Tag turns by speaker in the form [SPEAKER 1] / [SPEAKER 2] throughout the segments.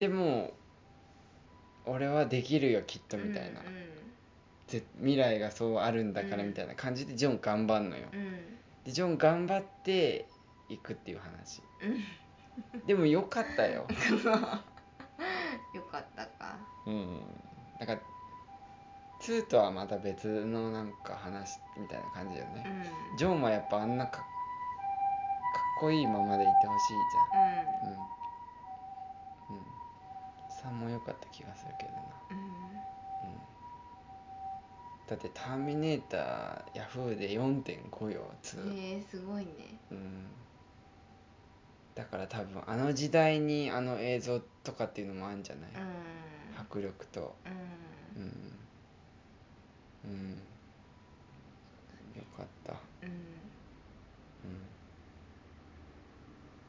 [SPEAKER 1] でも俺はできるよきっとみたいな、ぜ未来がそうあるんだからみたいな感じでジョン頑張んのよ、
[SPEAKER 2] うんうん
[SPEAKER 1] でジョン頑張っていくっていう話
[SPEAKER 2] うんうん
[SPEAKER 1] でもよかった よ
[SPEAKER 2] よかったか
[SPEAKER 1] うんなんか2とはまた別のなんか話みたいな感じだよ
[SPEAKER 2] う
[SPEAKER 1] ね、
[SPEAKER 2] ん
[SPEAKER 1] ジョンはやっぱあんなかかっこいいままでいてほしいじゃん
[SPEAKER 2] う
[SPEAKER 1] うん、うん、3も良かった気がするけどな、
[SPEAKER 2] ん
[SPEAKER 1] うん、だって「ターミネーター」ヤフーで4.5よ2、
[SPEAKER 2] うんへえすごいね
[SPEAKER 1] うん、だから多分あの時代にあの映像とかっていうのもあるんじゃない、
[SPEAKER 2] うん
[SPEAKER 1] 迫力と
[SPEAKER 2] う
[SPEAKER 1] うんん、うん、よかった、うん、
[SPEAKER 2] うん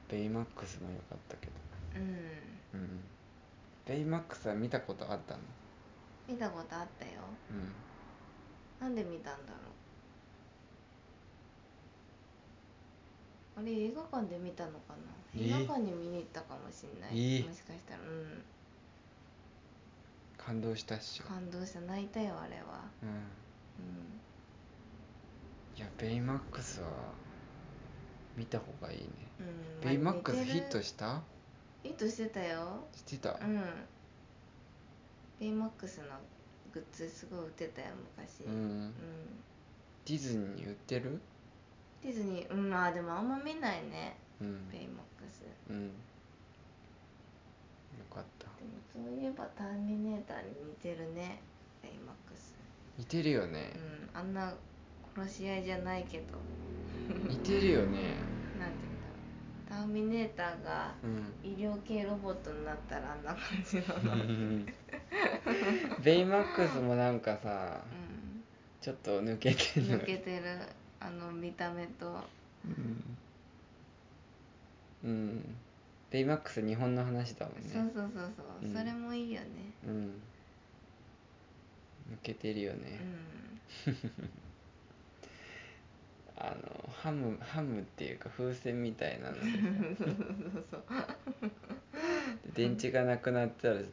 [SPEAKER 1] ベイマックスも良かったけど
[SPEAKER 2] うん
[SPEAKER 1] うんベイマックスは見たことあったの
[SPEAKER 2] 見たことあったよ
[SPEAKER 1] うん
[SPEAKER 2] なんで見たんだろうあれ映画館で見たのかな
[SPEAKER 1] え
[SPEAKER 2] 映画館に見に行ったかもしんない、
[SPEAKER 1] え
[SPEAKER 2] もしかしたらうん
[SPEAKER 1] 感動したっしょ
[SPEAKER 2] 感動した泣いたよあれは
[SPEAKER 1] うん
[SPEAKER 2] うん
[SPEAKER 1] いやベイマックスは見た方がいいね
[SPEAKER 2] うん
[SPEAKER 1] ベイマックスヒット
[SPEAKER 2] し
[SPEAKER 1] した
[SPEAKER 2] ヒットしてたよ
[SPEAKER 1] してた、
[SPEAKER 2] うんベイマックスのグッズすごい売ってたよ昔
[SPEAKER 1] うん
[SPEAKER 2] うん
[SPEAKER 1] ディズニー売ってる
[SPEAKER 2] ディズニーうんまあでもあんま見ないね
[SPEAKER 1] うん
[SPEAKER 2] ベイマックス
[SPEAKER 1] うんよかった
[SPEAKER 2] でもそういえばターミネーターに似てるねベイマックス
[SPEAKER 1] 似てるよね
[SPEAKER 2] うんあんな殺し合いじゃないけど
[SPEAKER 1] 似てるよね
[SPEAKER 2] なんて言うんだろうターミネーターが
[SPEAKER 1] うん
[SPEAKER 2] 医療系ロボットになったらあんな感じなのうん
[SPEAKER 1] ベイマックスもなんかさちょっと抜けてる
[SPEAKER 2] 抜けてるあの見た目と
[SPEAKER 1] うんうんベイマックス日本の話だもんね
[SPEAKER 2] そうそうそうそう、
[SPEAKER 1] うん
[SPEAKER 2] それもいいよね
[SPEAKER 1] うん抜けてるよ
[SPEAKER 2] う
[SPEAKER 1] ね、
[SPEAKER 2] ん
[SPEAKER 1] あのハムハムっていうか風船みたいなのでさで電池がなくなったらなんか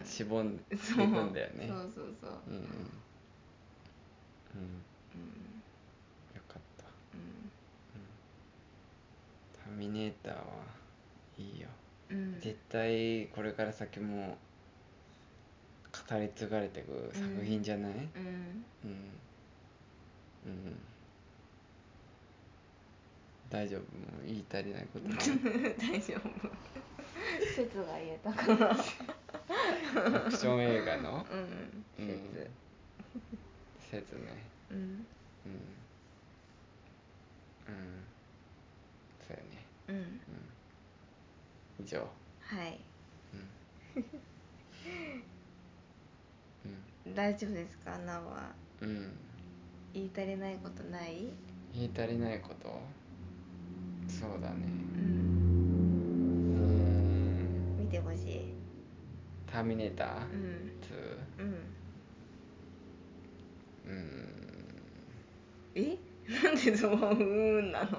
[SPEAKER 2] うん
[SPEAKER 1] しぼんでい
[SPEAKER 2] そう
[SPEAKER 1] くんだよね
[SPEAKER 2] そうそうそう
[SPEAKER 1] うんうんうん
[SPEAKER 2] うん
[SPEAKER 1] よかった
[SPEAKER 2] う
[SPEAKER 1] ターミネーターはいいよ
[SPEAKER 2] んうん
[SPEAKER 1] 絶対これから先も語り継がれていく作品じゃない、
[SPEAKER 2] うん
[SPEAKER 1] うんうん大丈夫もう言い足りないことない
[SPEAKER 2] 大丈夫説が言えたか
[SPEAKER 1] アクション映画の
[SPEAKER 2] うん
[SPEAKER 1] うん
[SPEAKER 2] 説
[SPEAKER 1] 説ね
[SPEAKER 2] うん
[SPEAKER 1] うんうんそうよね
[SPEAKER 2] うん
[SPEAKER 1] 以上
[SPEAKER 2] はい
[SPEAKER 1] う
[SPEAKER 2] 大丈夫ですかなは
[SPEAKER 1] んうん
[SPEAKER 2] 言い足りないことない
[SPEAKER 1] 言い足りないことそうだね
[SPEAKER 2] うん
[SPEAKER 1] うーん
[SPEAKER 2] 見てほしい
[SPEAKER 1] ターミネーター
[SPEAKER 2] うん
[SPEAKER 1] 2
[SPEAKER 2] う
[SPEAKER 1] う
[SPEAKER 2] ん
[SPEAKER 1] ーん
[SPEAKER 2] え なんでそううーんなの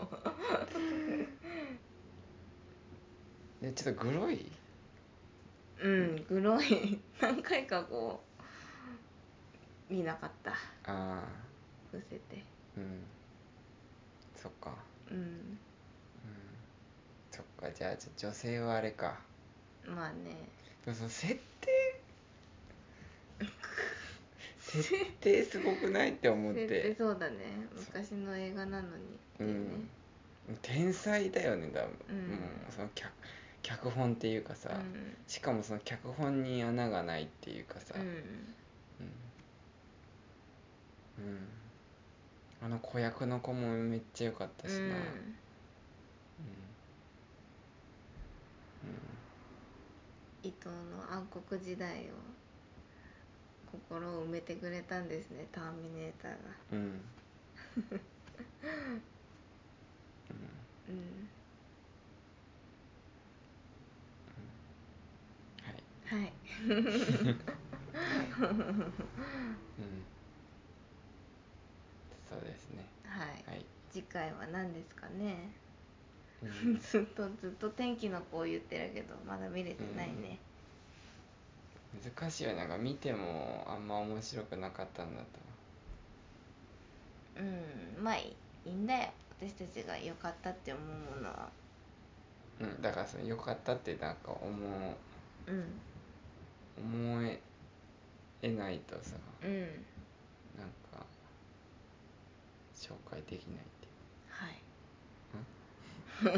[SPEAKER 1] でちょっとグロい
[SPEAKER 2] うんグロい 何回かこう見なかった
[SPEAKER 1] ああ
[SPEAKER 2] 伏せて
[SPEAKER 1] うんそっか
[SPEAKER 2] うん
[SPEAKER 1] そっかじゃあちょ女性はあれか
[SPEAKER 2] まあね
[SPEAKER 1] でもその設 定設定すごくないって思っ
[SPEAKER 2] 設定
[SPEAKER 1] て
[SPEAKER 2] そうだね昔の映画なのにって
[SPEAKER 1] う
[SPEAKER 2] いね
[SPEAKER 1] ん天才だよね多分、
[SPEAKER 2] うん
[SPEAKER 1] もうその脚脚本っていうかさ、
[SPEAKER 2] うん
[SPEAKER 1] しかもその脚本に穴がないっていうかさ、
[SPEAKER 2] う
[SPEAKER 1] う
[SPEAKER 2] ん
[SPEAKER 1] んうんあの子役の子もめっちゃ良かったしな、うん
[SPEAKER 2] 伊藤の暗黒時代を心を埋めてくれたんですねターミネーターが
[SPEAKER 1] うん、うん
[SPEAKER 2] うん
[SPEAKER 1] はい
[SPEAKER 2] はい
[SPEAKER 1] うんそうですね
[SPEAKER 2] はい
[SPEAKER 1] はい
[SPEAKER 2] 次回は何ですかね
[SPEAKER 1] うん
[SPEAKER 2] ずっとずっと天気の子を言ってるけどまだ見れてないね、
[SPEAKER 1] 難しいよねなんか見てもあんま面白くなかったんだと
[SPEAKER 2] うん、まあいいんだよ私たちが良かったって思うものは
[SPEAKER 1] うん、だからその良かったってなんか思う
[SPEAKER 2] うん
[SPEAKER 1] 思ええないとさ
[SPEAKER 2] う
[SPEAKER 1] な
[SPEAKER 2] ん
[SPEAKER 1] んか紹介できないってい
[SPEAKER 2] はい、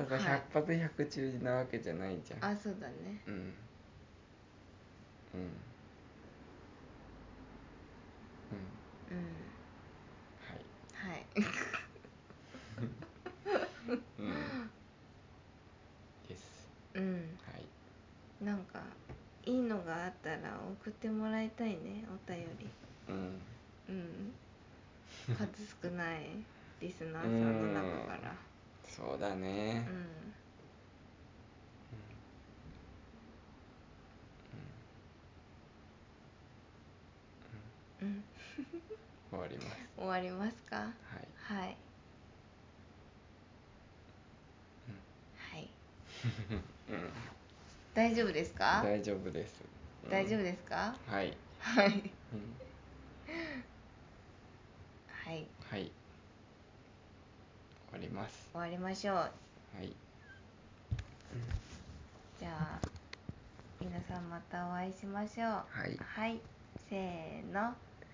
[SPEAKER 1] うか
[SPEAKER 2] はい
[SPEAKER 1] 百発百中なわけじゃないじゃん
[SPEAKER 2] あそうだね
[SPEAKER 1] うんうんうん
[SPEAKER 2] うん
[SPEAKER 1] はい
[SPEAKER 2] はい
[SPEAKER 1] うん です
[SPEAKER 2] うん
[SPEAKER 1] はい
[SPEAKER 2] なんかいいのがあったら送ってもらいたいねお便り
[SPEAKER 1] うん
[SPEAKER 2] うん数少ないリスナーさんの中から
[SPEAKER 1] そうだね
[SPEAKER 2] うんうん
[SPEAKER 1] 終わります
[SPEAKER 2] 終わりますか
[SPEAKER 1] はい
[SPEAKER 2] はい、はい
[SPEAKER 1] うん
[SPEAKER 2] 大丈夫ですか
[SPEAKER 1] 大丈夫ですうん
[SPEAKER 2] 大丈夫ですか
[SPEAKER 1] はい
[SPEAKER 2] は
[SPEAKER 1] う
[SPEAKER 2] い
[SPEAKER 1] ん
[SPEAKER 2] はい
[SPEAKER 1] はい終わります
[SPEAKER 2] 終わりましょう
[SPEAKER 1] はい
[SPEAKER 2] じゃあ皆さんまたお会いしましょう
[SPEAKER 1] はい
[SPEAKER 2] はいせーの